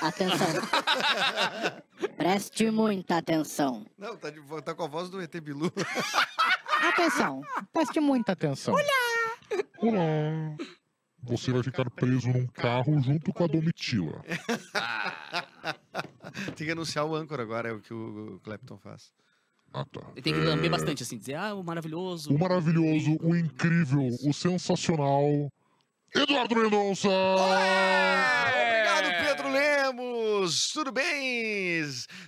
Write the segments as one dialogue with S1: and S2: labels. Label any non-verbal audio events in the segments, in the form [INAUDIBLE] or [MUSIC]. S1: atenção. Preste muita atenção.
S2: Não, tá, de, vo- tá com a voz do ET Bilu. [LAUGHS]
S3: Atenção, preste muita atenção.
S4: Olá! Você vai ficar preso num carro junto com a Domitila.
S2: Tem que anunciar o âncora agora, é o que o Clapton faz.
S4: Ah, tá.
S5: Ele tem que lamber bastante, assim, dizer, ah, o maravilhoso.
S4: O maravilhoso, o incrível, o sensacional. Eduardo Mendonça!
S2: Obrigado,
S5: É.
S2: Pedro Lemos! Tudo bem?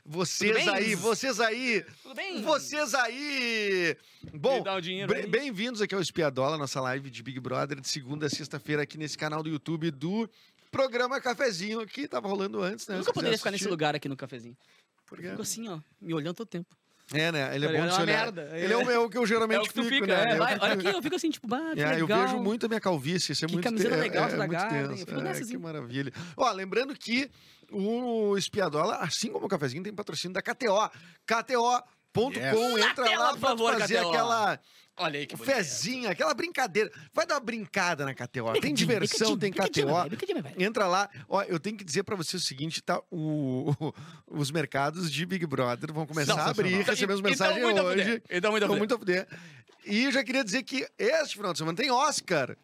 S2: Vocês
S5: Tudo bem?
S2: aí, vocês aí,
S5: Tudo bem?
S2: vocês aí! Bom,
S5: Me dá o dinheiro
S2: bre-
S5: aí.
S2: bem-vindos aqui ao Espiadola, nossa live de Big Brother de segunda a sexta-feira aqui nesse canal do YouTube do programa Cafezinho, que tava rolando antes, né?
S5: Eu
S2: Se
S5: nunca
S2: quiser
S5: poderia ficar
S2: assistir.
S5: nesse lugar aqui no cafezinho.
S2: Por
S5: Eu
S2: quê?
S5: fico assim, ó, me olhando todo tempo.
S2: É, né? Ele é
S5: Tá
S2: bom de
S5: ligado? É
S2: se
S5: uma
S2: olhar.
S5: merda.
S2: Ele é o, é o que eu
S5: É
S2: geralmente
S5: o que tu
S2: fico,
S5: fica,
S2: né?
S5: é,
S2: Eu
S5: vai,
S2: fico-
S5: olha aqui, eu fico assim, tipo, bah, que
S2: É, eu
S5: legal.
S2: vejo muito a minha calvície, isso é
S5: Que
S2: muito
S5: camiseta
S2: te-
S5: legal
S2: é,
S5: tu
S2: é
S5: tá
S2: muito
S5: Garden,
S2: tenso.
S5: eu fico
S2: É,
S5: nessa,
S2: que
S5: assim.
S2: maravilha. Ó, lembrando que o Espiadola, assim como o cafezinho, tem patrocínio da KTO. KTO.com, entra
S5: KTO,
S2: lá pra tu
S5: por favor,
S2: fazer
S5: KTO.
S2: aquela
S5: Olha aí que bonito.
S2: fezinha, aquela brincadeira. Vai dar uma brincada na KTO. Tem
S5: Bicadinho,
S2: diversão,
S5: bicadinho,
S2: tem Então,
S5: bicadinho,
S2: KTO.
S5: velho, bicadinho, velho.
S2: Entra lá. Ó, eu tenho que dizer pra você o seguinte, tá? O, [LAUGHS] os mercados de Big Brother vão começar a abrir,
S5: Então,
S2: recebemos
S5: então,
S2: mensagem
S5: muito a fuder.
S2: hoje.
S5: Então, muito a
S2: Tô
S5: fuder.
S2: muito a fuder. E eu já queria dizer que este final de semana tem Oscar.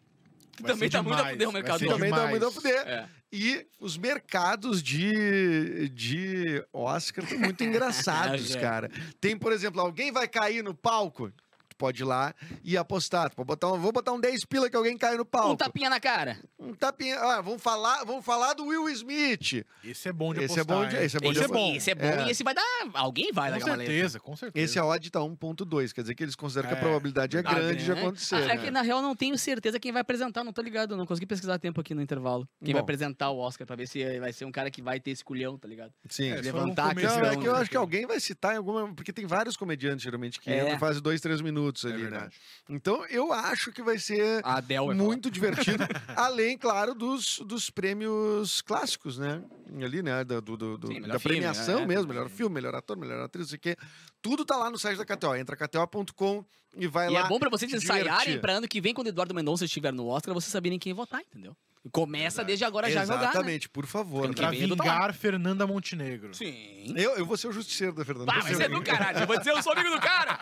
S5: Que também tá muito a fuder o mercado.
S2: Também tá muito a fuder.
S5: É.
S2: E os mercados de, de Oscar estão
S5: [LAUGHS]
S2: muito engraçados,
S5: É.
S2: cara. Tem, por exemplo, alguém vai cair no palco. Tu pode ir lá e apostar. Tu pode botar um- vou botar um 10 pila que alguém cai no palco.
S5: Um tapinha na cara.
S2: Um tapinha. Ah, vamos falar, vamos falar do Will Smith.
S6: Esse é bom de
S2: Esse é
S6: apostar,
S2: bom de-
S6: hein?
S2: esse é bom de
S5: esse,
S2: Olha,
S5: é bom. esse é bom
S2: é.
S5: e esse vai dar. Alguém vai
S6: Com
S5: dar uma letra.
S6: certeza, com certeza.
S2: Esse é odd tá 1.2, quer dizer que eles consideram que a
S6: É.
S2: probabilidade é
S5: Ah,
S2: grande de
S5: né?
S2: acontecer.
S5: Ah, É
S2: né?
S5: que na real não tenho certeza quem vai apresentar, não tô ligado, não consegui pesquisar a tempo aqui no intervalo. Quem vai
S2: Bom.
S5: apresentar o Oscar pra ver se vai ser um cara que vai ter esse culhão, tá ligado?
S2: Sim.
S6: É,
S5: levantar a
S6: começo,
S5: questão.
S2: Não, é que eu
S5: né?
S2: acho que alguém vai citar em alguma. Porque tem vários comediantes, geralmente, que
S5: É.
S2: entram e fazem dois, três minutos
S6: É
S2: ali, né?
S6: verdade. Ah, é
S2: Então eu acho que vai ser
S5: A Adele é vai falar.
S2: muito
S6: [LAUGHS]
S2: divertido. além, claro, dos, dos prêmios clássicos, né? Ali, né? Da, do- do- do-
S5: Sim, melhor
S2: da
S5: filme,
S2: premiação
S5: né?
S2: mesmo, melhor filme, melhor ator, melhor atriz, não sei o quê. Tudo tá lá no site da KTO. Entra KTO.com e vai
S5: E
S2: lá.
S5: é bom pra vocês
S2: se
S5: ensaiarem
S2: divertir.
S5: pra ano que vem, quando o Eduardo Mendonça estiver no Oscar, vocês saberem quem votar, entendeu? Começa desde agora já a jogar. né?
S2: Exatamente, por favor.
S5: Ano que
S6: Pra
S5: vem eu tô lá.
S6: vingar Fernanda Montenegro.
S5: Sim.
S2: Eu, eu vou ser o justiceiro da Fernanda.
S5: Pá,
S2: Vou ser
S5: mas
S2: o-
S5: é do caralho. Eu vou dizer, eu sou amigo do cara.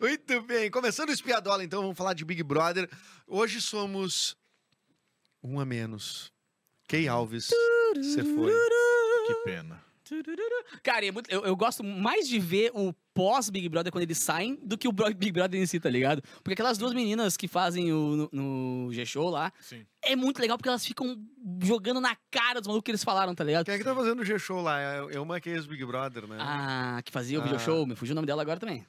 S2: Muito bem, começando o Espiadola, então vamos falar de Big Brother. Hoje somos um a menos. Key Alves, você foi.
S6: Que pena.
S5: Cara, e é muito- eu, eu gosto mais de ver o pós-Big Brother quando eles saem do que o Bro- Big Brother em si, tá ligado? Porque aquelas duas meninas que fazem o, no, no G-Show lá,
S6: Sim.
S5: é muito legal porque elas ficam jogando na cara dos malucos que eles falaram, tá ligado?
S2: Quem é que tá fazendo o G-Show lá? É é uma que é ex-Big Brother, né?
S5: Ah, que fazia o
S2: Ah.
S5: video show, me fugiu o nome dela agora também.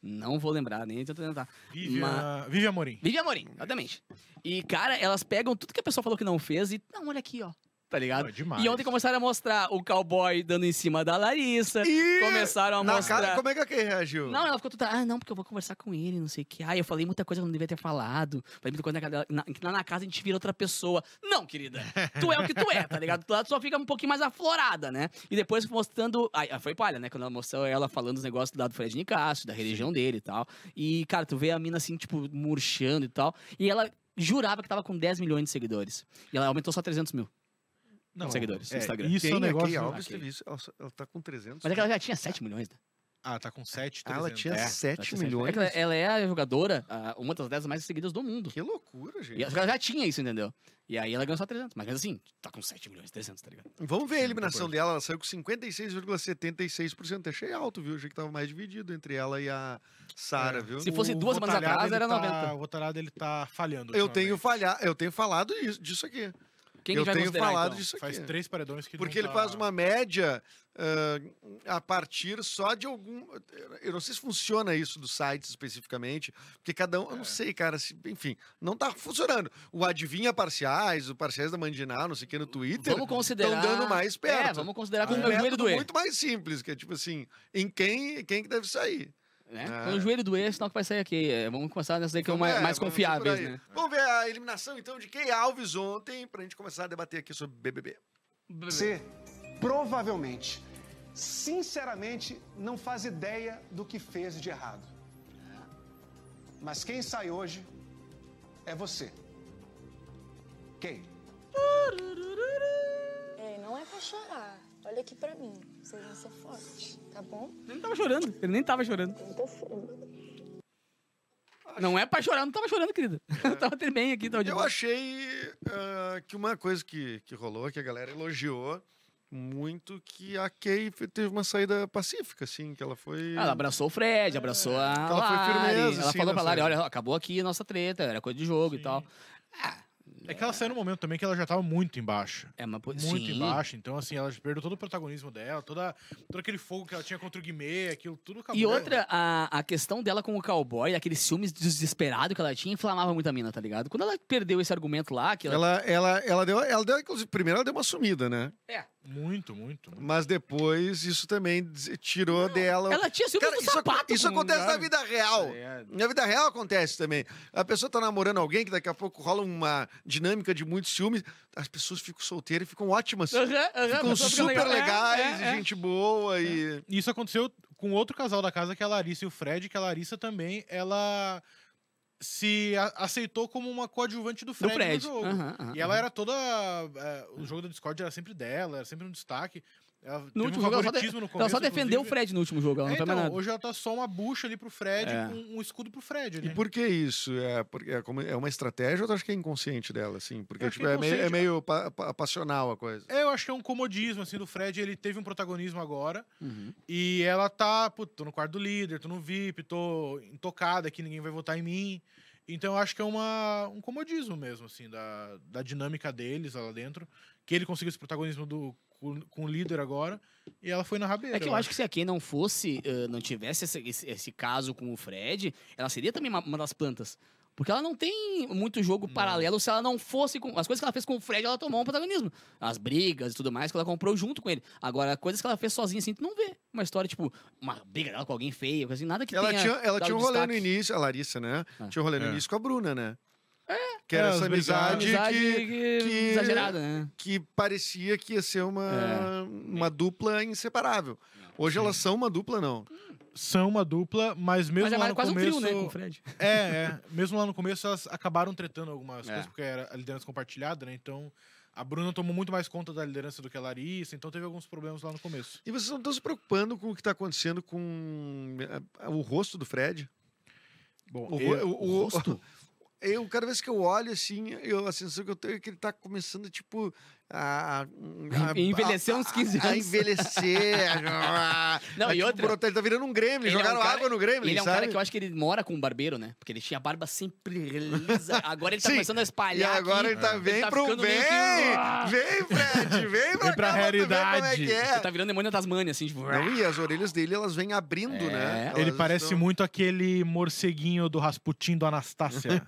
S5: Não vou lembrar, nem tento tentar.
S6: Vive,
S5: Mas-
S6: a... Vive Amorim.
S5: Vivi Amorim, exatamente. E, cara, elas pegam tudo que a pessoa falou que não fez e. Não, olha aqui, ó. Tá
S2: Ah,
S5: ligado?
S6: Não, é demais.
S5: E ontem começaram a mostrar o cowboy dando em cima da Larissa.
S2: E
S5: Começaram a
S2: na
S5: mostrar.
S2: cara, como é que a Kay reagiu?
S5: Não, ela ficou toda. Ah, não, porque eu vou conversar com ele, não sei o que. Ah, eu falei muita coisa que eu não devia ter falado. Falei muita coisa na, casa- na, que lá na casa a gente vira outra pessoa. Não, querida. Tu é o que tu é, tá ligado? Tu lá só fica um pouquinho mais aflorada, né? E depois mostrando. Ai, foi palha, né? Quando ela mostrou ela falando os negócios lá do Fred Nicásio, da religião dele e tal. E, cara, tu vê a mina assim, tipo, murchando e tal. E ela jurava que tava com 10 milhões de seguidores. E ela aumentou só 300 mil.
S6: Não,
S5: seguidores no
S6: é,
S5: Instagram.
S6: Isso
S2: Quem
S6: é um
S2: a Kay
S6: negócio...
S2: Alves
S5: Ok.
S2: teve isso? Ela, só- ela tá com 300.
S5: Mas é que ela já tinha 7 milhões, né?
S6: Ah, tá com 7,
S2: Ah, ela tinha
S6: é.
S2: 7
S5: Ela tinha
S2: milhões.
S5: É que ela, ela é a jogadora, a- uma das 10 mais seguidas do mundo.
S2: Que loucura, gente.
S5: E ela já tinha isso, entendeu? E aí ela ganhou só 300. Mas mesmo assim, tá com 7 milhões, 300, tá ligado?
S2: Vamos ver a eliminação dela. Ela saiu com 56,76%. Achei alto, viu? Achei que tava mais dividido entre ela e a Sara,
S6: É.
S2: viu?
S5: Se fosse duas semanas
S6: Botalhada,
S5: atrás,
S6: ele
S5: era
S6: tá-
S5: 90.
S6: O Botalhada, ele tá falhando.
S2: Eu tenho
S6: ultimamente.
S2: falhar, eu tenho falado isso- disso aqui.
S5: Quem
S2: eu
S5: que vai
S2: tenho
S5: considerar,
S2: falado
S5: então?
S2: disso aqui.
S6: Faz três paredões que
S2: Porque
S6: não
S2: ele
S6: tá-
S2: faz uma média ah, a partir só de algum. Eu não sei se funciona isso dos sites especificamente, porque cada um.
S6: É.
S2: Eu não sei, cara. se- enfim, não tá funcionando. O Adivinha Parciais, o Parciais da Mandinal, não sei o que no Twitter.
S5: Vamos
S2: Tão
S5: considerar...
S2: dando mais perto.
S5: É, vamos considerar
S2: com
S5: quando
S2: um
S5: o joelho
S2: método
S5: doer.
S2: muito mais simples, que é tipo assim, em quem, quem que deve sair.
S5: Né?
S2: É.
S5: Quando o joelho doer, é sinal que vai sair aqui. É, vamos começar nessa daí que é
S2: Então,
S5: uma,
S2: vamos
S5: mais confiáveis,
S2: por aí.
S5: né?
S2: Vamos ver a eliminação então de Key Alves ontem, pra gente começar a debater aqui sobre BBB.
S7: Você provavelmente, sinceramente, não faz ideia do que fez de errado. Mas quem sai hoje é você. Quem?
S8: Ei, não é pra
S1: a chorar. Olha aqui pra mim. Vocês vão ser fortes, tá bom?
S5: Ele nem tava chorando. Ele nem tava chorando.
S1: Muita força.
S5: Não é pra chorar, eu não tava chorando, querida. [LAUGHS] Eu tava até bem aqui, tava de
S2: É. Eu
S5: boa.
S2: achei ah, que uma coisa que, que rolou, que a galera elogiou muito, que a Kay fe- teve uma saída pacífica, assim, que ela foi.
S5: Ah, Ela abraçou o Fred, abraçou a
S2: Ela foi
S5: Lari,
S2: firmeza,
S5: Ela
S2: sim, né,
S5: falou pra
S2: nessa
S5: Lari,
S2: aí.
S5: olha, ó, acabou aqui a nossa treta, era coisa de jogo e
S6: Sim.
S5: tal. Ah,
S6: É que ela saiu num momento também que ela já tava muito embaixo.
S5: é uma po-
S6: Muito
S5: sim.
S6: embaixo. Então, assim, ela perdeu todo o protagonismo dela, toda, todo aquele fogo que ela tinha contra o Guimê, aquilo tudo acabou.
S5: E outra, a, a questão dela com o cowboy, aquele ciúmes desesperado que ela tinha, inflamava muito a mina, tá ligado? Quando ela perdeu esse argumento lá, que ela.
S2: Ela, ela, ela, deu, ela deu, inclusive, primeiro ela deu uma sumida, né?
S6: Muito, muito. muito.
S2: Mas depois isso também des- tirou dela.
S5: Ela tinha ciúmes
S2: Cara,
S5: do
S2: isso, ac-
S5: sapato. É.
S2: isso
S5: com-
S2: acontece na
S5: sabe?
S2: vida real. Na vida real acontece também. A pessoa tá namorando alguém que daqui a pouco rola uma dinâmica de muitos ciúmes. As pessoas ficam solteiras e ficam
S5: [LAUGHS]
S2: ótimas.
S5: Aham, aham,
S2: Ficam
S5: pessoa fica
S2: super
S5: legal. É,
S2: legais,
S5: é, é.
S2: e gente boa e.
S6: E Isso aconteceu com outro casal da casa, que é a Larissa e o Fred, que a Larissa também, ela se a- aceitou como uma coadjuvante do
S5: Do
S6: Fred,
S5: Fred.
S6: no jogo.
S5: Aham, aham,
S6: E ela era toda. eh, o jogo do Discord era sempre dela, era sempre um destaque. Ela teve
S5: último
S6: um
S5: jogo, ela só de-
S6: favoritismo no
S5: Ela
S6: começo,
S5: só defendeu o
S6: inclusive.
S5: Fred no último jogo, ela
S6: É,
S5: não foi mais
S6: então,
S5: nada.
S6: hoje ela tá só uma bucha ali pro Fred,
S5: É.
S6: com um escudo pro Fred,
S2: E
S6: né?
S2: por que isso? É, porque é, como- é uma estratégia ou eu acho que é inconsciente dela, assim? Porque
S6: Eu acho
S2: tipo,
S6: que é
S2: é meio, é
S6: inconsciente,
S2: meio pa- pa- passional a coisa.
S6: É, eu acho que é um comodismo, assim, do Fred. Ele teve um protagonismo agora.
S5: Uhum.
S6: E ela tá, pô, tô no quarto do líder, tô no VIP, tô intocada aqui, ninguém vai votar em mim. Então eu acho que é uma, um comodismo mesmo, assim, da, da dinâmica deles lá dentro. Que ele conseguiu esse protagonismo do, com, com o líder agora. E ela foi na rabeira.
S5: É que eu acho que se a Kay não fosse, ah, não tivesse esse, esse- esse caso com o Fred, ela seria também uma, uma das plantas. Porque ela não tem muito jogo
S6: Não.
S5: paralelo se ela não fosse com. As coisas que ela fez com o Fred, ela tomou um protagonismo. As brigas e tudo mais que ela comprou junto com ele. Agora, coisas que ela fez sozinha assim, tu não vê. Uma história, tipo, uma briga dela com alguém feia, coisa assim, nada que
S2: Ela
S5: tenha
S2: tinha, ela
S5: dado
S2: tinha um rolê no
S5: destaque.
S2: início, a Larissa, né?
S5: Ah.
S2: Tinha um rolê no
S6: É.
S2: início com a Bruna, né? É. Que era
S6: É,
S2: essa
S6: as brigadas.
S2: amizade, que, que-
S5: exagerada, né?
S2: que parecia que ia ser uma,
S5: É.
S2: uma dupla inseparável. Hoje elas são uma dupla, não.
S6: São uma dupla, mas mesmo
S5: Mas
S6: lá
S5: agora é
S6: no
S5: quase
S6: começo...
S5: um trio, né, com o Fred.
S6: [LAUGHS] É, é. Mesmo lá no começo, elas acabaram tretando algumas
S5: É.
S6: coisas, porque era a liderança compartilhada, né? Então, a Bruna tomou muito mais conta da liderança do que a Larissa, então teve alguns problemas lá no começo.
S2: E vocês não estão se preocupando com o que está acontecendo com eh, o rosto do Fred?
S6: Bom,
S2: O, ro- o- o- Eu, cada vez que eu olho, assim, eu, a sensação que eu tenho é que ele tá começando, tipo, a... a- a-
S5: Envelhecer uns 15
S2: A, a
S5: anos.
S2: envelhecer. a-
S5: [LAUGHS] Não, e
S2: tipo,
S5: outra-
S2: brotar, Ele tá virando um Grêmio.
S5: Ele é um
S2: jogaram
S5: cara-
S2: água no Grêmio,
S5: Ele é um
S2: sabe?
S5: cara que eu acho que ele mora com um barbeiro, né? Porque ele tinha a barba sempre lisa. Agora ele tá
S2: [LAUGHS] Sim.
S5: começando a
S2: E
S5: espalhar.
S2: agora
S5: aqui.
S2: ele tá, vem
S5: tá
S2: pro... Vem!
S5: ficando meio que- Ah!
S2: Vem, Fred! Vem pra
S6: Vem
S2: cá pra
S6: pra
S2: tu ver como é
S6: realidade.
S2: que é.
S5: Ele tá virando demônio da Tasmania, assim, tipo.
S2: Não, e as orelhas dele, elas vêm abrindo,
S5: É.
S2: né?
S5: Ele
S6: Ele
S2: Elas
S6: parece um-
S2: estão-
S6: muito aquele morceguinho do Rasputin
S2: [LAUGHS]
S6: do Anastácia.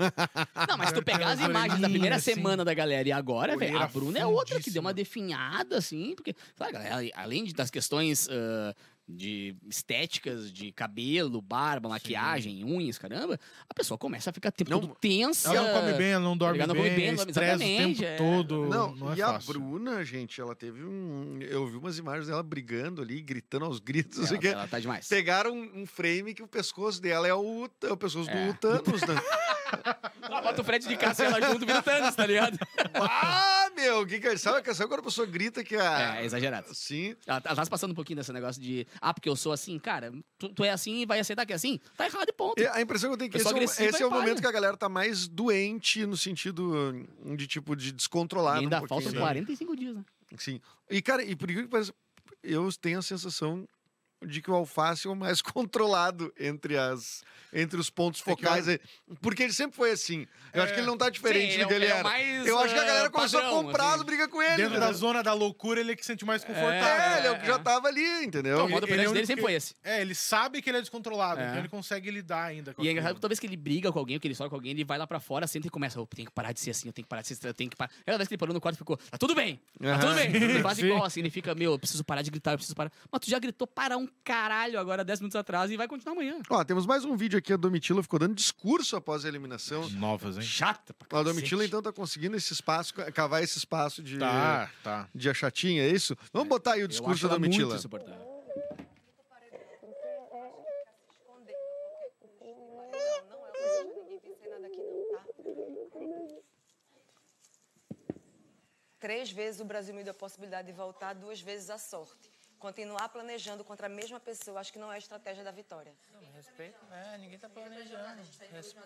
S5: Não, mas se tu pegar as
S6: Aquelas
S5: imagens da primeira
S6: orelhinhas, assim.
S5: semana da galera e agora, velho, a
S6: Olheira
S5: Bruna é outra que deu
S6: fundíssima.
S5: uma definhada, assim, porque, sabe, galera, além de- das questões ah, de estéticas, de cabelo, barba, maquiagem, unhas, caramba, a pessoa começa a ficar o tempo
S2: Não,
S5: todo tensa.
S6: ela não come bem, ela não dorme
S5: É. Tá ligado? Não come
S6: bem,
S5: bem,
S6: bem
S5: ela-
S6: estressa o
S5: exatamente,
S6: tempo
S5: é.
S6: todo.
S2: Não,
S6: Não, é
S2: e a
S6: fácil.
S2: Bruna, gente, ela teve um. Eu vi umas imagens dela brigando ali, gritando aos gritos. não sei o
S5: Ela,
S2: quê.
S5: ela tá demais.
S2: Pegaram um um frame que o pescoço dela é o, é o pescoço
S5: É.
S2: do Thanos.
S5: [LAUGHS]
S2: Né?
S5: Ela bota o Fred de casa e ela junto vira o Thanos, tá ligado?
S2: ah, meu! Que, que, sabe, sabe quando a pessoa grita que a.
S5: É, é exagerado.
S2: Sim.
S5: Ela, ela tá se passando um pouquinho desse negócio de, ah, porque eu sou assim, cara, tu, tu é assim e vai aceitar que é assim? Tá errado e ponto.
S2: E A impressão que eu tenho é que esse
S5: Pessoa
S2: é, o-
S5: agressiva
S2: esse é
S5: e
S2: o
S5: palha.
S2: momento que a galera tá mais doente no sentido hum, de tipo de descontrolar.
S5: E ainda
S2: um
S5: faltam
S2: pouquinho,
S5: 45 dias, né?
S2: né? Sim. E, cara, e por que que parece- eu tenho a sensação de que o alface é o mais [LAUGHS] controlado entre as entre os pontos
S5: É
S2: focais aí, porque ele sempre foi assim eu acho que ele não tá diferente do que ele
S5: é o
S2: era
S5: mais,
S2: eu acho que a
S5: eh,
S2: galera começou
S5: padrão,
S2: a comprar
S5: assim.
S2: briga com ele
S6: Dentro
S2: entendeu?
S6: da zona da loucura, ele é que se sente mais
S2: É,
S6: confortável.
S2: ele é o
S5: é.
S2: que já tava ali, entendeu?
S5: Então, o modo
S6: Ele- ele é
S5: operante
S6: o
S5: dele
S6: único
S5: sempre
S6: que-
S5: foi esse.
S6: É, ele sabe que ele é descontrolado,
S5: É.
S6: então ele consegue lidar ainda com
S5: E é
S6: aquilo.
S5: engraçado que toda vez que ele briga com alguém, ou que ele só com alguém, ele vai lá pra fora, senta e começa, eu tenho que parar de ser assim, eu tenho que parar de ser estranho, eu tenho que parar. Aí, Cada vez que ele parou no quarto, ficou, tá tudo bem, tá tudo
S2: Aham. [LAUGHS]
S5: bem. Ele faz
S6: Sim.
S5: igual assim, ele fica, meu, eu preciso parar de gritar, eu preciso parar. Mas tu já gritou para um caralho agora, 10 minutos atrás, e vai continuar amanhã.
S2: Ó, temos mais um vídeo aqui. A Domitila ficou dando discurso após a eliminação.
S6: Novas, hein?
S5: Chata pra
S2: A
S5: cacete.
S2: Domitila, então, tá conseguindo esse espaço, ca- cavar esse espaço de,
S6: Tá, tá.
S2: de achatinha, é isso? Vamos botar aí o
S5: Eu
S2: discurso
S5: acho
S2: da
S5: ela muito
S2: Domitila.
S5: insuportável.
S8: Três vezes o Brasil me deu a possibilidade de voltar, duas vezes a sorte. Continuar planejando contra a mesma pessoa, acho que não é a estratégia da vitória.
S9: Respeito, né? Ninguém tá planejando. Respeito.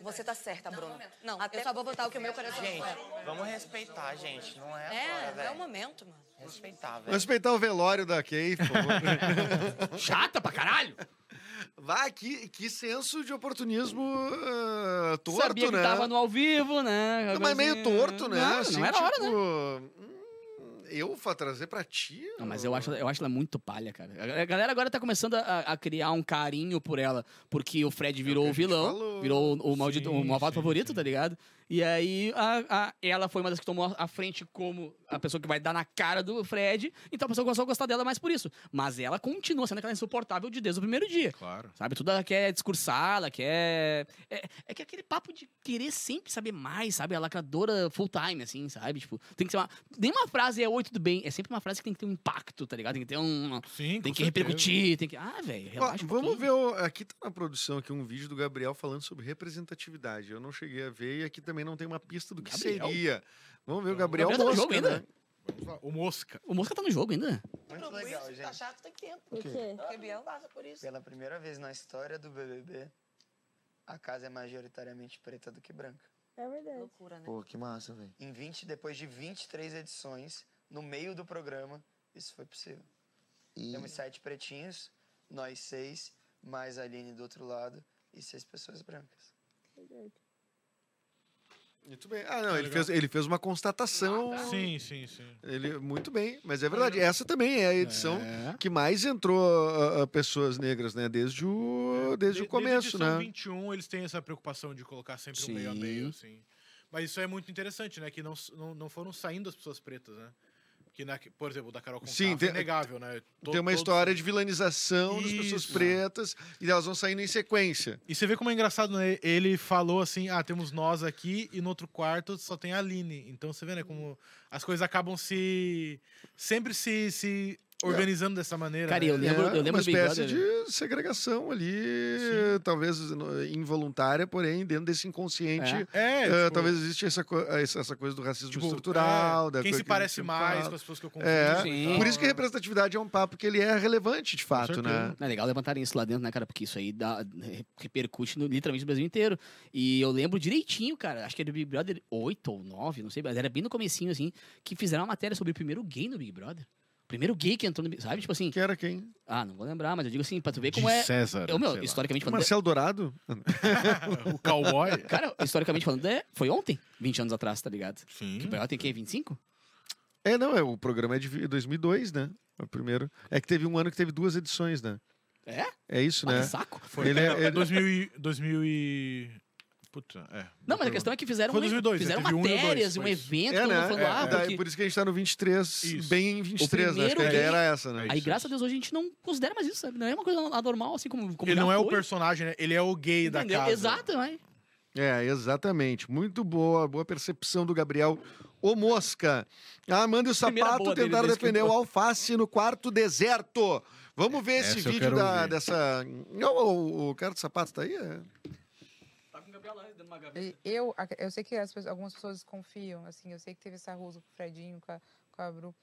S8: Você tá certa, Bruna.
S10: Não,
S8: Até
S10: eu só vou votar o que o meu coração quer.
S9: Gente, vamos respeitar, gente. Não é
S10: É,
S9: agora,
S10: não é o
S9: velho.
S10: momento, mano.
S9: Respeitar, velho.
S2: Respeitar o velório da Kay, por favor.
S5: Chata pra caralho!
S2: [LAUGHS] Vai, que, que senso de oportunismo ah, torto,
S5: Sabia que
S2: né?
S5: tava no ao vivo, né?
S2: Não, mas meio
S5: Assim,
S2: torto, né?
S5: Não,
S2: Assim,
S5: não era hora, né?
S2: tipo, hum, eu vou trazer pra ti.
S5: Não, mas eu acho, eu acho ela muito palha, cara. A galera agora tá começando a, a criar um carinho por ela, porque o Fred virou
S2: É que a
S5: o
S2: gente
S5: vilão,
S2: falou.
S5: virou o, o maldito, o
S4: Sim,
S5: malvado
S4: sim,
S5: favorito,
S4: sim.
S5: tá ligado? E aí a, a- ela foi uma das que tomou a frente como a pessoa que vai dar na cara do Fred, então a pessoa começou a gostar dela mais por isso. Mas ela continua sendo aquela insuportável de desde o primeiro dia.
S6: Claro.
S5: Sabe, tudo ela quer é discursar, ela quer. É, é que aquele papo de querer sempre saber mais, sabe? A lacradora full time, assim, sabe? Tipo, tem que ser uma. Nenhuma frase é oi, tudo bem. É sempre uma frase que tem que ter um impacto, tá ligado? Tem que ter um.
S6: Sim,
S5: Tem
S6: com certeza.
S5: que repercutir, tem que. Ah, velho,
S2: Ó,
S5: relaxa. um
S2: vamos
S5: pouquinho.
S2: ver, o- aqui tá na produção aqui um vídeo do Gabriel falando sobre representatividade. Eu não cheguei a ver e aqui também não tem uma pista do que
S5: Gabriel?
S2: seria. Vamos ver o Gabriel,
S5: Gabriel tá no
S2: Mosca,
S5: jogo ainda.
S2: né?
S6: Vamos lá. O Mosca.
S5: O Mosca tá no jogo ainda.
S9: Muito legal, gente.
S10: Tá chato, tem tempo.
S1: Por
S11: Ah,
S1: quê?
S10: Não,
S8: Gabriel?
S10: não passa por isso.
S9: Pela primeira vez na história do BBB, a casa é majoritariamente preta do que branca.
S1: É verdade.
S8: Loucura, né?
S9: Pô, que massa, velho. Em 20, depois de 23 edições, no meio do programa, isso foi possível. Temos sete pretinhos, nós seis, mais a Aline do outro lado e seis pessoas brancas.
S2: Muito bem. Ah, não, ele
S6: legal.
S2: fez, ele fez uma constatação.
S6: Sim, sim, sim.
S2: Ele, muito bem, mas é verdade. Essa também é a edição
S6: É.
S2: que mais entrou ah, ah, pessoas negras, né? Desde o, desde o
S6: De-
S2: começo,
S6: edição
S2: né?
S6: 21, eles têm essa preocupação de colocar sempre um meio a
S5: Sim.
S6: meio, assim. Mas isso é muito interessante, né? Que não, s- não, não foram saindo as pessoas pretas, né? Que, na, por exemplo, o da Carol Conká
S2: Sim,
S6: foi
S2: tem-
S6: inegável, né? To-
S2: Tem uma
S6: todos-
S2: história de vilanização das pessoas
S6: Isso.
S2: pretas e elas vão saindo em sequência.
S6: E você vê como é engraçado, né? Ele falou assim, ah, temos nós aqui e no outro quarto só tem a Aline. Então você vê, né, como as coisas acabam se... Sempre se, se organizando dessa maneira,
S5: Cara,
S6: né?
S5: eu lembro, eu
S2: É uma
S5: lembro do Big
S2: espécie
S5: Brother.
S2: de segregação ali, talvez no- involuntária, porém dentro desse inconsciente.
S6: É,
S5: É.
S2: eh,
S6: tipo,
S2: talvez existe essa, co- ah, essa essa coisa do racismo
S6: tipo,
S2: estrutural.
S6: é,
S2: da
S6: quem
S2: coisa que
S6: se
S2: a gente
S6: parece
S2: sempre
S6: mais
S2: fala.
S6: com as pessoas que eu confundo.
S2: É,
S6: e tal,
S2: por isso que a
S6: né?
S2: representatividade é um papo que ele é relevante, de fato, né?
S6: certeza.
S5: É legal levantarem isso lá dentro, né, cara? Porque isso aí dá, repercute no, literalmente no Brasil inteiro. E eu lembro direitinho, cara, acho que era do Big Brother 8 ou 9, não sei, mas era bem no comecinho, assim, que fizeram uma matéria sobre o primeiro gay no Big Brother. O primeiro gay que entrou no Big Sabe? Tipo assim,
S2: Que era quem?
S5: ah, não vou lembrar, mas eu digo assim, pra tu ver como é.
S6: César,
S5: Eu, meu, historicamente falando. é-
S2: Marcelo Dourado?
S6: o cowboy.
S5: Cara, historicamente falando, é, foi ontem, 20 anos atrás, tá ligado? Que
S6: Sim.
S5: o BO tem que 25?
S2: É, não, é, o programa é de 2002, né? O primeiro. É que teve um ano que teve duas edições, né?
S5: É?
S2: É isso,
S5: Ah,
S2: né?
S5: que saco.
S6: Foi [LAUGHS]
S2: Ele
S6: ele
S2: é-
S6: é,
S2: ele-
S6: 2000 e, 2000 e... Puta, é.
S5: Não, mas a questão é que fizeram,
S6: Foi
S5: um-
S6: 2002,
S5: fizeram
S6: né? Teve um e o dois,
S5: matérias, um,
S6: foi isso.
S5: evento,
S2: É,
S5: todo mundo
S2: né?
S5: falando, ah,
S2: É, daí
S5: porque-
S2: Por isso que a gente tá no 23,
S6: Isso.
S2: bem em 23, né? Acho que a
S5: primeiro
S2: ideia
S5: game-
S2: era essa, né?
S5: Aí, graças a Deus, hoje a gente não considera mais isso, sabe? Não é uma coisa anormal, assim como, como
S6: Ele
S5: já
S6: não é o
S5: foi,
S6: personagem, né? Ele é o gay
S5: entendeu?
S6: da casa.
S5: Exato, né?
S2: É, exatamente. Muito boa, boa percepção do Gabriel. Ô Mosca, a Amanda e o
S5: Primeira
S2: Sapato
S5: boa dele
S2: tentaram
S5: desde que
S2: defender
S5: eu-
S2: o Alface no quarto deserto. Vamos ver esse
S6: Essa eu
S2: vídeo
S6: quero
S2: da-
S6: ver.
S2: dessa... Não, o, o cara do sapato tá aí? É.
S5: Tá com o Gabriel lá dentro de uma
S12: E Eu, ac- eu sei que as pessoas- algumas pessoas desconfiam, assim, eu sei que teve essa rusa com o Fredinho, com a, com a Bru.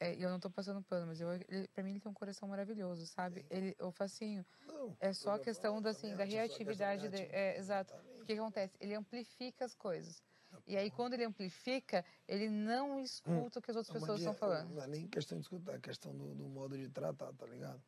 S12: É, e eu não tô passando pano, mas eu, ele, pra mim ele tem um coração maravilhoso, sabe? Ele, eu facinho. é só a questão da, assim, da reatividade. de- é, exato. O que acontece? Ele amplifica as coisas. E aí, quando ele amplifica, ele não escuta o que as outras pessoas estão falando.
S11: Não é nem questão de escutar, é questão do, do modo de tratar, tá ligado?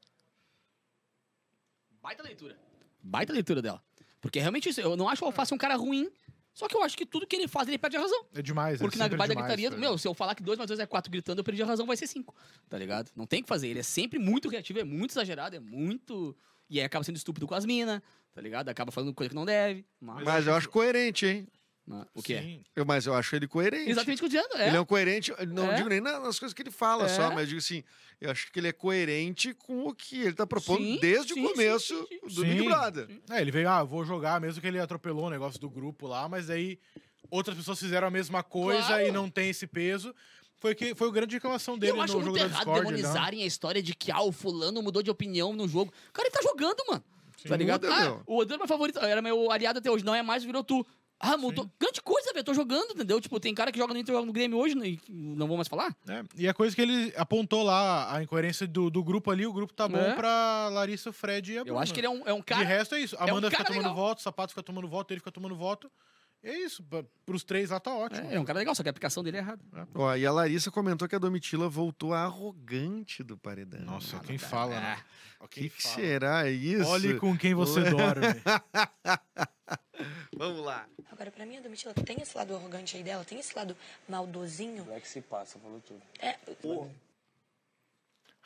S5: Baita leitura. Baita leitura dela. Porque é realmente isso. Eu não acho o Alface um cara ruim, só que eu acho que tudo que ele faz, ele perde a razão.
S6: É demais,
S5: Porque
S6: é
S5: na
S6: sempre
S5: baita
S6: demais,
S5: gritaria,
S6: velho.
S5: meu, se eu falar que 2 mais 2 é 4 gritando, eu perdi a razão, vai ser 5. Tá ligado? Não tem o que fazer. Ele é sempre muito reativo, é muito exagerado, é muito. E aí acaba sendo estúpido com as minas, tá ligado? Acaba falando coisa que não deve. Mas,
S2: Mas eu acho coerente, hein?
S5: mas- o que é?
S6: Sim.
S2: Eu, mas eu acho ele coerente.
S5: Exatamente o que eu tô dizendo, é.
S2: Ele é um coerente, não
S5: É.
S2: digo nem na- nas coisas que ele fala
S5: É.
S2: só, mas digo assim, eu acho que ele é coerente com o que ele tá propondo
S5: Sim,
S2: desde
S5: sim,
S2: o
S5: sim,
S2: começo
S5: sim, sim,
S2: do Big
S6: Sim.
S2: Brother.
S6: É, ele veio, ah, vou jogar, mesmo que ele atropelou o negócio do grupo lá, mas aí outras pessoas fizeram a mesma coisa
S5: Claro.
S6: e não tem esse peso. Foi, que, foi o grande reclamação dele
S5: eu
S6: no
S5: acho
S6: jogo
S5: muito
S6: da
S5: errado
S6: Discord. né?
S5: demonizarem a história de que ah, o fulano mudou de opinião no jogo. Cara, ele tá jogando, mano.
S6: Sim.
S5: tá ligado?
S2: Muda,
S5: ah,
S2: meu.
S5: é o Odan era meu favorito, era meu aliado até hoje, não é mais, virou tu. Ah, mudou. Grande coisa, velho. Tô jogando, entendeu? Tipo, tem cara que joga no Inter, joga no Grêmio hoje, né, e não vou mais falar?
S6: É. E a coisa que ele apontou lá, a incoerência do, do grupo ali, o grupo tá bom
S5: É.
S6: pra Larissa, o Fred e a Bruna.
S5: acho que ele é um- é um cara-
S6: De resto é isso.
S5: é um
S6: Amanda fica
S5: cara
S6: tomando
S5: legal.
S6: voto, o Sapato fica tomando voto, ele fica tomando voto. E é isso. Pra, pros três lá tá ótimo.
S5: É, é um cara legal, só que a aplicação dele é errada.
S2: Ó, e a Larissa comentou que a Domitila voltou arrogante do paredão. Nossa,
S6: quem fala, né?
S2: O
S6: Quem
S2: que,
S6: fala.
S2: será isso?
S6: Olhe com quem você dorme.
S2: Vamos lá.
S13: Agora, pra mim, a Domitila tem esse lado arrogante aí dela, tem esse lado maldosinho. Não é que se passa, falou tudo. É,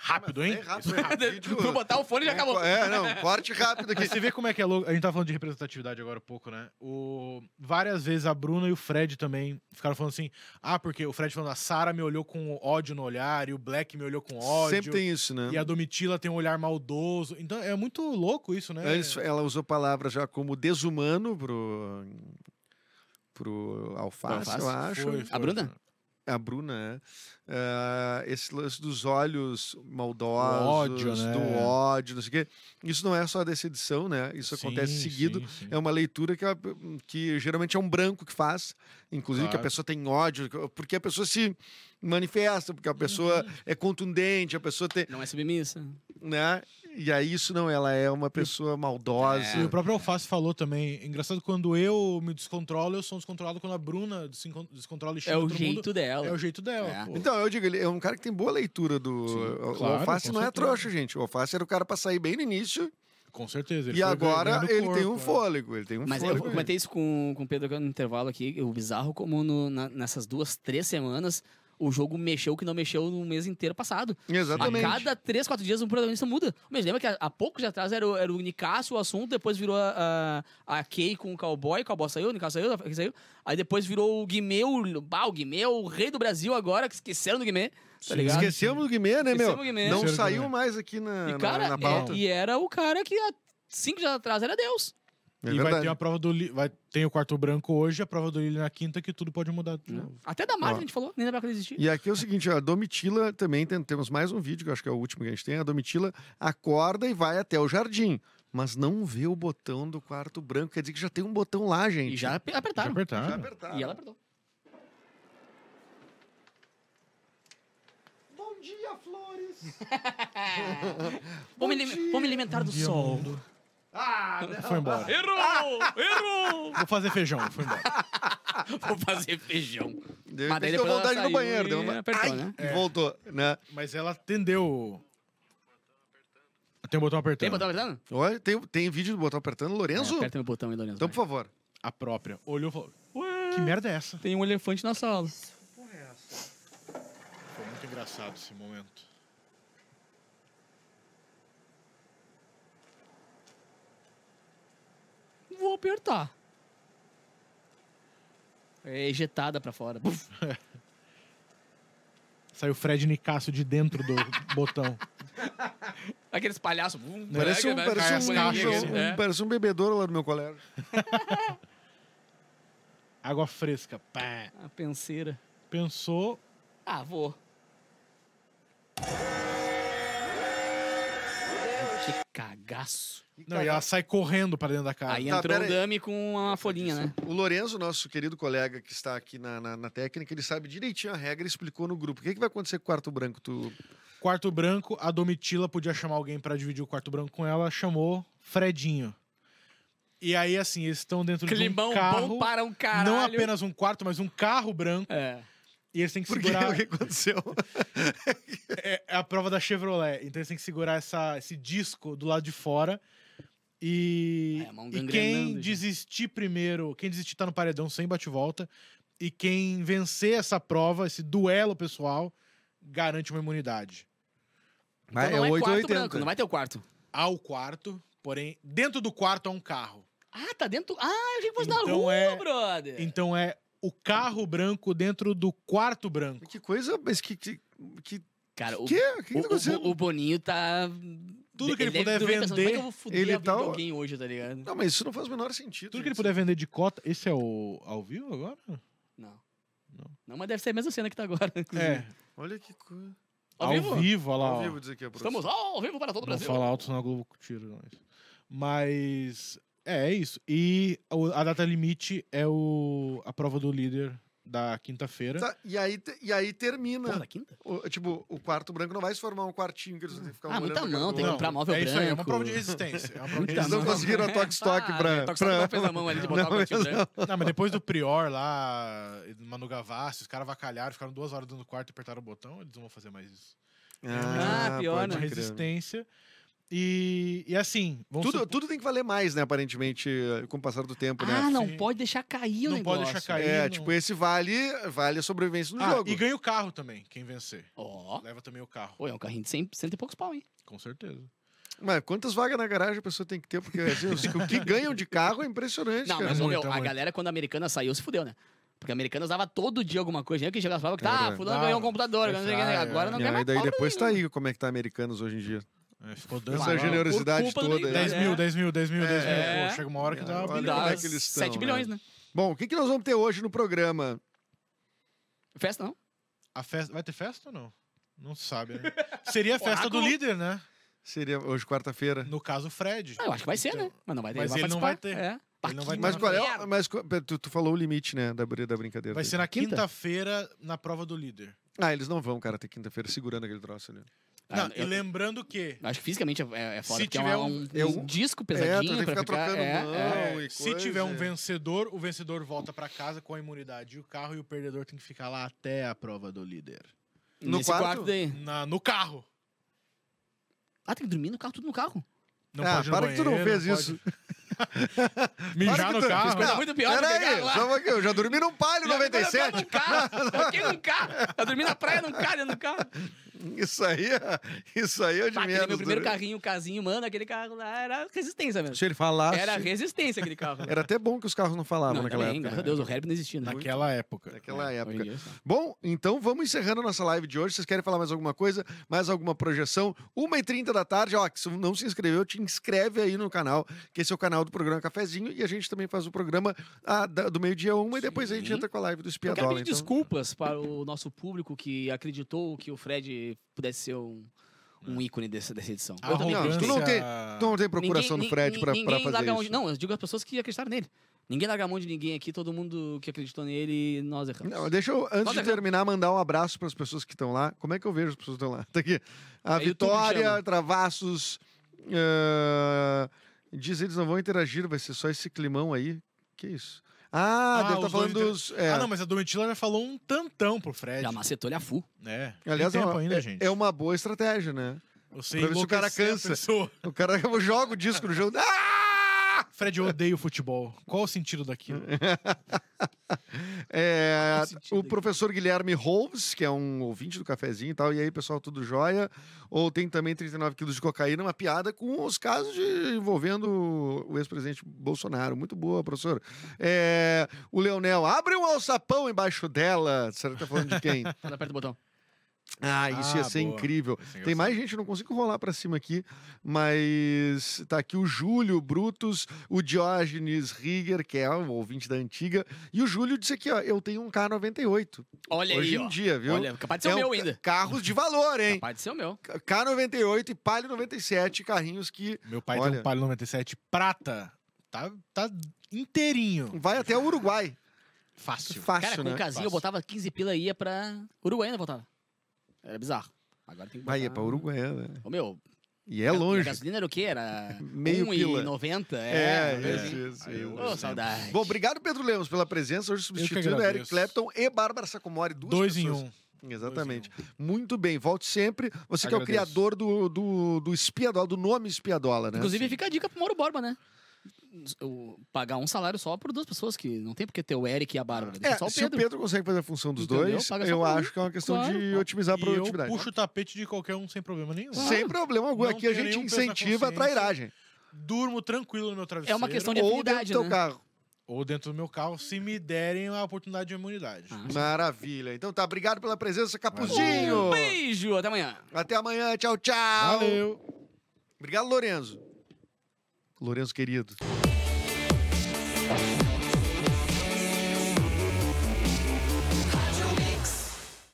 S6: Rápido, hein?
S2: é Rápido,
S5: [LAUGHS]
S2: rápido.
S5: Tipo, Vou botar o fone e já acabou.
S2: É, não, corte rápido aqui.
S6: Mas você vê como é que é louco. A gente tá falando de representatividade agora há pouco, né? O... Várias vezes a Bruna e o Fred também ficaram falando assim: ah, porque o Fred falando, a Sara me olhou com ódio no olhar e o Black me olhou com um ódio.
S2: Sempre tem isso, né?
S6: E a Domitila tem um olhar maldoso. Então é muito louco isso, né?
S2: Eles- Ela usou palavras já como desumano pro, pro alface,
S6: Alface?
S2: eu acho.
S6: Foi, A foi. Bruna?
S2: A Bruna, é. Ah, esse lance dos olhos maldosos,
S6: O ódio, né?
S2: do ódio, não sei o quê. Isso não é só dessa edição, né? Isso
S6: Sim,
S2: acontece seguido.
S6: sim, sim.
S2: É uma leitura que, a- que geralmente é um branco que faz, inclusive que a
S6: Claro.
S2: pessoa tem ódio, porque a pessoa se manifesta, porque a pessoa
S6: Uhum.
S2: é contundente, a pessoa tem...
S5: Não é submissa.
S2: Né? E aí isso não, ela é uma pessoa maldosa.
S6: E o próprio Alface falou também. Engraçado, quando eu me descontrolo, eu sou um descontrolado quando a Bruna se encon- descontrola e xinga
S5: É o
S6: todo mundo.
S5: jeito dela.
S6: É o jeito dela. pô.
S2: Então, eu digo, ele é um cara que tem boa leitura do. o
S6: claro,
S2: Alface
S6: com
S2: não é
S6: certeza.
S2: trouxa, gente. O Alface era o cara pra sair bem no início.
S6: Com certeza.
S2: E agora ele tem um
S6: fone.
S2: fôlego. Ele tem um
S5: Mas eu
S2: fôlego.
S5: comentei isso com, com o Pedro agora no intervalo aqui. O bizarro como no- na- nessas duas, três semanas, o jogo mexeu que não mexeu no mês inteiro passado.
S2: Exatamente.
S5: A cada três, quatro dias, um protagonista muda. Mas lembra que há, há poucos dias atrás era, o- era o Nicasso o assunto, depois virou a, a, a Kay com o Cowboy, o Cowboy saiu, o Nicasso saiu, a Kay saiu. Aí depois virou o Guimê, o, bah, o Guimê, é o rei do Brasil agora, que esqueceram do Guimê. Tá ligado?
S2: Esquecemos do Guimê, né, meu?
S5: Esquecemos o Guimê.
S2: Não
S5: Esqueceram o
S2: saiu
S5: Guimê.
S2: mais aqui na,
S5: E,
S2: na-
S5: cara,
S2: na
S5: é-
S2: pauta.
S5: e era o cara que há cinco dias atrás era Deus.
S2: É
S6: e vai
S2: verdade.
S6: ter a prova do Li- vai tem o quarto branco hoje, a prova do Lili na quinta que tudo pode mudar de novo.
S5: Até da Marvel
S2: Ó.
S5: a gente falou, nem lembrava que ela existia.
S2: E aqui é o seguinte, ó, a Domitila também tem- temos mais um vídeo, que eu acho que é o último que a gente tem. A Domitila acorda e vai até o jardim, mas não vê o botão do quarto branco. Quer dizer que já tem um botão lá, gente.
S5: E já ape- apertaram.
S6: Já apertaram. Já
S2: Tá.
S5: E ela apertou.
S2: Bom dia, Flores!
S5: [LAUGHS] Vou me, alime- vou me alimentar do sol.
S2: Ah, não.
S6: Foi embora.
S2: Ah!
S5: Errou! Errou!
S6: Vou fazer feijão, foi embora.
S5: [LAUGHS] Vou fazer feijão.
S2: Deu,
S5: Mas daí
S2: deu
S5: depois ela
S2: vontade no
S5: saiu
S2: banheiro,
S5: e
S2: deu vontade-
S5: apertou,
S2: Ai!
S5: né?
S2: E voltou, né?
S6: Mas ela atendeu. Tem o botão apertando.
S5: Tem botão apertando?
S2: Olha, tem, tem vídeo do botão apertando, Lorenzo?
S5: É, aperta meu botão aí, Lorenzo.
S2: Então, por favor.
S6: A própria. Olhou e falou: Que merda é essa?
S5: Tem um elefante na sala.
S6: Foi muito engraçado esse momento.
S5: Vou apertar. É ejetada pra fora. Buf.
S6: Saiu o Fred Nicasso de dentro [LAUGHS] do botão.
S5: Aqueles palhaços. né,
S2: Parece
S5: é,
S2: um, parece um,
S6: caixas,
S2: um-
S6: né?
S2: parece um bebedouro lá do meu colégio.
S6: Água fresca. Pá.
S5: A Ah, penseira.
S6: Pensou.
S5: Ah, vou. Que cagaço.
S6: Não, e ela sai correndo pra dentro da casa.
S5: Aí entrou o Dami com uma folhinha, né?
S2: O Lorenzo, nosso querido colega que está aqui na, na, na técnica, ele sabe direitinho a regra e explicou no grupo. O que, é que vai acontecer com o quarto branco? Tu...
S6: Quarto branco, a Domitila podia chamar alguém pra dividir o quarto branco com ela, chamou Fredinho. E aí, assim, eles estão dentro de
S5: Climão
S6: um carro.
S5: bom para um caralho.
S6: Não apenas um quarto, mas um carro branco.
S5: É.
S6: E eles têm que
S2: Porque
S6: segurar.
S2: o que aconteceu?
S6: É, é a prova da Chevrolet. Então eles têm que segurar essa, esse disco do lado de fora. E,
S5: É, a mão
S6: e
S5: gangrenando
S6: quem
S5: já.
S6: desistir primeiro, quem desistir tá no paredão sem bate-volta. E quem vencer essa prova, esse duelo pessoal, garante uma imunidade.
S5: Então não é, quarto branco, não vai ter o quarto.
S6: Há o quarto, porém, dentro do quarto há um carro.
S5: Ah, tá dentro. Ah, eu achei que fosse na
S6: Então
S5: rua,
S6: é-
S5: brother.
S6: Então é o carro branco dentro do quarto branco.
S2: Que coisa, mas que. que, que...
S5: Cara, o,
S2: Que? O que que tá
S5: o- o-
S2: acontecendo?
S5: o Boninho tá.
S6: Tudo que ele puder
S5: deve dormir pensando, Como é que eu
S6: vender,
S5: vou fuder
S6: ele
S5: a vida
S6: tá-
S5: de alguém hoje, tá ligado?
S2: Não, mas isso não faz o menor sentido.
S6: Tudo que ele
S2: gente.
S6: puder vender de cota. Esse é o ao vivo agora?
S5: Não. Não, mas deve ser a mesma cena que tá agora, [LAUGHS] inclusive.
S6: É.
S2: Olha que coisa.
S5: Ao vivo?
S6: olha lá.
S2: Ao
S6: ó.
S2: vivo, diz aqui a produção.
S5: Estamos ao vivo para todo o
S6: Não
S5: Brasil.
S6: fala alto, senão a Globo tira nós. Mas É, é isso. E o- a data limite é o, a prova do líder da quinta-feira.
S2: Tá, E aí, te- e aí termina.
S6: Porra, quinta?
S2: O- tipo, o quarto branco não vai se formar um quartinho que eles vão ter que ficar
S5: Ah,
S2: um olhando
S5: muita
S2: pra
S5: mão,
S2: cada um.
S5: tem que comprar Não, móvel é isso aí, é uma branco. prova de resistência, é uma prova de
S2: eles não
S5: resistência.
S2: conseguiram a Tox Tox
S6: Ah,
S2: pra...
S6: a Tox Tox não
S2: pra-
S6: fez a mão ali de botar
S2: Não,
S6: o quartinho
S2: eles não.
S6: branco. Não, mas depois do Prior lá, Manu Gavassi, os caras vacalharam, ficaram duas horas dentro do quarto e apertaram o botão, eles não vão fazer mais isso.
S2: Ah,
S6: É, pior,
S2: pode
S6: né?
S2: crer.
S6: Resistência. E, e assim, vamos
S2: Tudo,
S6: supor-
S2: tudo tem que valer mais, né? Aparentemente, com o passar do tempo, né?
S5: Ah, né? não pode deixar cair o
S6: Não pode
S5: negócio.
S6: deixar cair.
S2: É,
S6: não-
S2: tipo, esse vale, vale a sobrevivência no
S6: Ah,
S2: jogo.
S6: E ganha o carro também, quem vencer.
S5: Ó.
S6: Leva também o carro.
S5: Pô, é um carrinho de 100, cento e poucos pau, hein?
S6: Com certeza.
S2: Mas quantas vagas na garagem a pessoa tem que ter? Porque assim, os que- o que ganham de carro é impressionante,
S5: Não,
S2: cara.
S5: mas, ô, meu, a galera, quando a americana saiu, se fudeu, né? Porque a americana usava todo dia alguma coisa. Lembra que chegava e falava que, ah,
S2: Cara,
S5: fulano
S2: dava.
S5: ganhou um computador,
S2: É,
S5: não sei o que, né? agora
S2: E
S5: não ganha
S2: aí,
S5: mais
S2: daí
S5: pau
S2: depois tá aí como é que tá americanos hoje em dia.
S6: É, ficou
S5: dando
S2: Essa
S5: mal.
S2: generosidade
S5: Por culpa do
S2: toda. aí.
S6: 10
S5: É.
S6: mil, 10 mil, 10 mil, 10 mil.
S2: É.
S6: Pô, chega uma hora que dá
S2: Olha
S6: bilhão,
S2: como
S6: né?
S2: é que eles estão,
S5: 7 bilhões, né?
S2: Bom, o que, que nós vamos ter hoje no programa?
S5: Festa não?
S6: A festa... Vai ter festa ou não? Não se sabe,
S5: [LAUGHS]
S6: né? Seria a festa do líder, né?
S2: Seria hoje, quarta-feira.
S6: No caso, o
S2: É,
S6: Fred.
S5: Ah, eu acho que vai ser, né? Mas não vai ter,
S6: Mas ele não vai ter.
S5: participar. É.
S6: Ele não vai ter.
S2: Mas
S6: na
S2: qual é?
S6: festa.
S2: o- Mas qu- pera, tu, tu falou o limite, né? Da, br- da brincadeira.
S6: Vai
S2: dele.
S6: ser na quinta-feira, na prova do líder.
S2: Ah, eles não vão, cara, ter quinta-feira segurando aquele troço ali.
S5: Ah,
S6: Não,
S5: eu-
S6: e lembrando que.
S5: Acho que fisicamente é, é foda,
S6: Se
S5: porque
S6: tiver
S5: é um,
S6: um-
S5: um
S2: eu-
S5: disco
S2: É, tu
S5: pesadinho
S2: tem que
S5: pra
S2: ficar
S5: ficar...
S2: trocando
S5: é,
S2: mão
S5: é.
S2: e
S6: Se
S2: coisa.
S6: tiver um vencedor, o vencedor volta pra casa com a imunidade e o carro, e o perdedor tem que ficar lá até a prova do líder.
S2: No
S5: Nesse quarto? quarto daí.
S6: Na- no carro.
S5: Ah, tem que dormir no carro, tudo no carro.
S6: Não
S2: ah,
S6: pode ir no
S2: para que tu não
S6: banheiro,
S2: fez
S6: não
S2: isso. Para
S6: [LAUGHS] Mijar
S2: que
S6: no
S2: tu-
S6: carro.
S5: coisa
S2: Não,
S5: muito pior do que
S2: peraí,
S5: carro lá.
S2: só um pouquinho, eu já dormi num palio 97. [LAUGHS]
S5: No carro, fiquei num carro. Eu dormi na praia num carro, dentro do carro.
S2: Isso aí, [LAUGHS] é- isso aí é de
S5: Pá, aquele
S2: menos.
S5: meu primeiro
S2: né?
S5: carrinho, o casinho, mano, aquele carro lá era resistência mesmo.
S2: Se ele falasse-
S5: Era resistência aquele carro.
S2: Era até bom que os carros não falavam
S5: Não,
S2: Ah, naquela
S5: também,
S2: época.
S5: graças a Deus, o rap não existia. né? É,
S6: Naquela época.
S2: Naquela época.
S5: dia,
S2: Bom, então vamos encerrando a nossa live de hoje. Vocês querem falar mais alguma coisa? Mais alguma projeção? 1h30 da tarde. Ó, que se não se inscreveu, te inscreve aí no canal, que esse é o canal do programa Cafezinho. E a gente também faz o programa ah, da- do meio-dia uma e depois a gente entra com a live do
S5: Eu quero
S2: Espiadola.
S5: pedir
S2: Então...
S5: desculpas para o nosso público que acreditou que o Fred pudesse ser um, um ícone dessa, dessa edição.
S2: Eu também não, tu não tem, tu não Então tem procuração
S5: Ninguém-
S2: do Fred
S5: nin-
S2: pra,
S5: ninguém
S2: pra fazer
S5: larga a
S2: isso.
S5: mão de- não, eu digo as pessoas que acreditaram nele. Ninguém larga a mão de ninguém aqui, todo mundo que acreditou nele, nós erramos.
S2: Não, deixa eu, antes
S5: Nós
S2: de
S5: erramos.
S2: terminar, mandar um abraço para as pessoas que estão lá. Como é que eu vejo as pessoas que estão lá? Tá aqui. A
S5: É, YouTube
S2: Vitória,
S5: chama.
S2: Travassos. ah, diz eles não vão interagir, vai ser só esse climão aí. Que isso? Ah, deve estar
S6: os
S2: falando
S6: dois
S2: dos.
S6: inter-
S2: é.
S6: Ah, não, mas a Domitila já falou um tantão pro Fred.
S5: Já macetou-lhe a full.
S6: É.
S2: Aliás,
S6: tem
S2: é
S6: tempo
S2: uma-
S6: ainda,
S2: é,
S6: gente.
S2: é uma boa estratégia, né?
S6: Você
S2: pra ver se o cara
S6: enlouquecer a
S2: cansa.
S6: pessoa.
S2: O cara [LAUGHS] joga o disco no jogo. Ah!
S6: Fred, eu odeio futebol. Qual o sentido daquilo?
S2: É,
S6: Faz sentido
S2: o professor Guilherme Holmes, que é um ouvinte do cafezinho e tal, e aí, pessoal, tudo jóia. Ou tem também 39 quilos de cocaína, uma piada com os casos de- envolvendo o ex-presidente Bolsonaro. Muito boa, professor. É, o Leonel, abre um alçapão embaixo dela. Será que tá falando de quem?
S5: Quando aperta o botão.
S2: Ah, isso ia
S5: Ah,
S2: ser
S5: boa.
S2: incrível.
S5: Isso é
S6: Assim,
S2: Tem
S5: engraçado.
S2: mais gente, eu não consigo rolar pra cima aqui, mas tá aqui o Júlio Brutus, o Diógenes Rieger, que é o ouvinte da antiga, e o Júlio disse aqui, ó, eu tenho um K98.
S5: Olha
S2: Hoje
S5: aí,
S2: em
S5: ó.
S2: dia, viu?
S5: Olha, capaz de ser o
S2: um
S5: meu
S2: ca-
S5: ainda.
S2: Carros de valor, hein?
S5: Capaz de ser o meu.
S2: K98 e Palio 97, carrinhos que...
S6: Meu pai
S2: olha,
S6: tem um Palio 97 prata. Tá, tá inteirinho.
S2: Vai até o Uruguai.
S6: Fácil.
S2: Fácil,
S5: Cara, com
S2: né?
S5: o casinho eu botava 15 pila e ia pra Uruguai, ainda voltava. Era bizarro. Agora tem que botar...
S2: Vai, é pra Uruguai, né?
S5: Ô, meu...
S2: E é
S5: a-
S2: longe.
S5: A gasolina era o quê? Era
S2: Meio pila.
S5: 1,90?
S2: É,
S5: uma coisa
S2: isso, isso,
S5: assim.
S2: isso.
S5: Ô, saudade.
S2: Bom, obrigado, Pedro Lemos, pela presença. Hoje substituindo
S6: agradeço.
S2: Eric Clapton e Bárbara Sacomori. Duas
S6: Dois em um.
S2: pessoas. Exatamente. Muito bem, volte sempre. Você que é o
S6: Agradeço.
S2: criador do, do, do Espiadola, do nome Espiadola, né?
S5: Inclusive, fica a dica pro Mauro Borba, né? Eu pagar um salário só por duas pessoas, que não tem porque ter o Eric e a Bárbara. Deixa
S2: É,
S5: só o
S2: se o
S5: Pedro.
S2: Pedro consegue fazer a função dos
S5: Entendeu?
S2: dois,
S5: Paga só
S2: eu
S5: pra um.
S2: acho que é uma questão de
S5: Claro.
S2: otimizar a
S6: E eu
S2: produtividade.
S6: puxo o tapete de qualquer um sem problema nenhum.
S2: Sem problema algum.
S6: Não
S2: Aqui a
S6: tenho
S2: gente
S6: nenhum peso na
S2: incentiva a
S6: consciência.
S2: trairagem.
S6: Durmo tranquilo no meu travesseiro.
S5: É uma questão de
S2: Ou
S5: afinidade,
S2: dentro do teu
S5: né?
S2: carro.
S6: Ou dentro do meu carro, se me derem a oportunidade de imunidade.
S2: Maravilha. Então tá, obrigado pela presença, Capuzinho.
S5: Um beijo, até amanhã.
S2: Até amanhã, tchau, tchau.
S6: Valeu.
S2: Obrigado, Lorenzo. Lorenzo querido.